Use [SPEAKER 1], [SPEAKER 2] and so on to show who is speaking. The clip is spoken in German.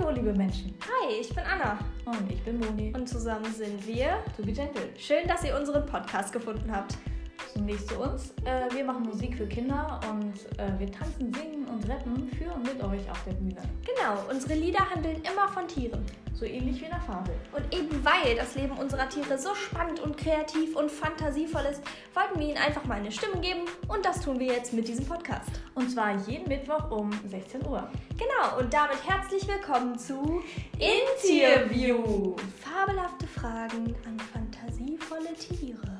[SPEAKER 1] Hallo, liebe Menschen.
[SPEAKER 2] Hi, ich bin Anna
[SPEAKER 1] Und ich bin Moni.
[SPEAKER 2] und zusammen sind wir.
[SPEAKER 1] To be gentle.
[SPEAKER 2] Schön, dass ihr unseren Podcast gefunden habt.
[SPEAKER 1] Zunächst zu uns. Äh, wir machen Musik für Kinder und äh, wir tanzen, singen und rappen für und mit euch auf der Bühne.
[SPEAKER 2] Genau, unsere Lieder handeln immer von Tieren.
[SPEAKER 1] So ähnlich wie in der Fabel.
[SPEAKER 2] Und eben weil das Leben unserer Tiere so spannend und kreativ und fantasievoll ist, wollten wir ihnen einfach mal eine Stimme geben und das tun wir jetzt mit diesem Podcast.
[SPEAKER 1] Und zwar jeden Mittwoch um 16 Uhr.
[SPEAKER 2] Genau, und damit herzlich willkommen zu Fabelhafte Fragen an fantasievolle Tiere.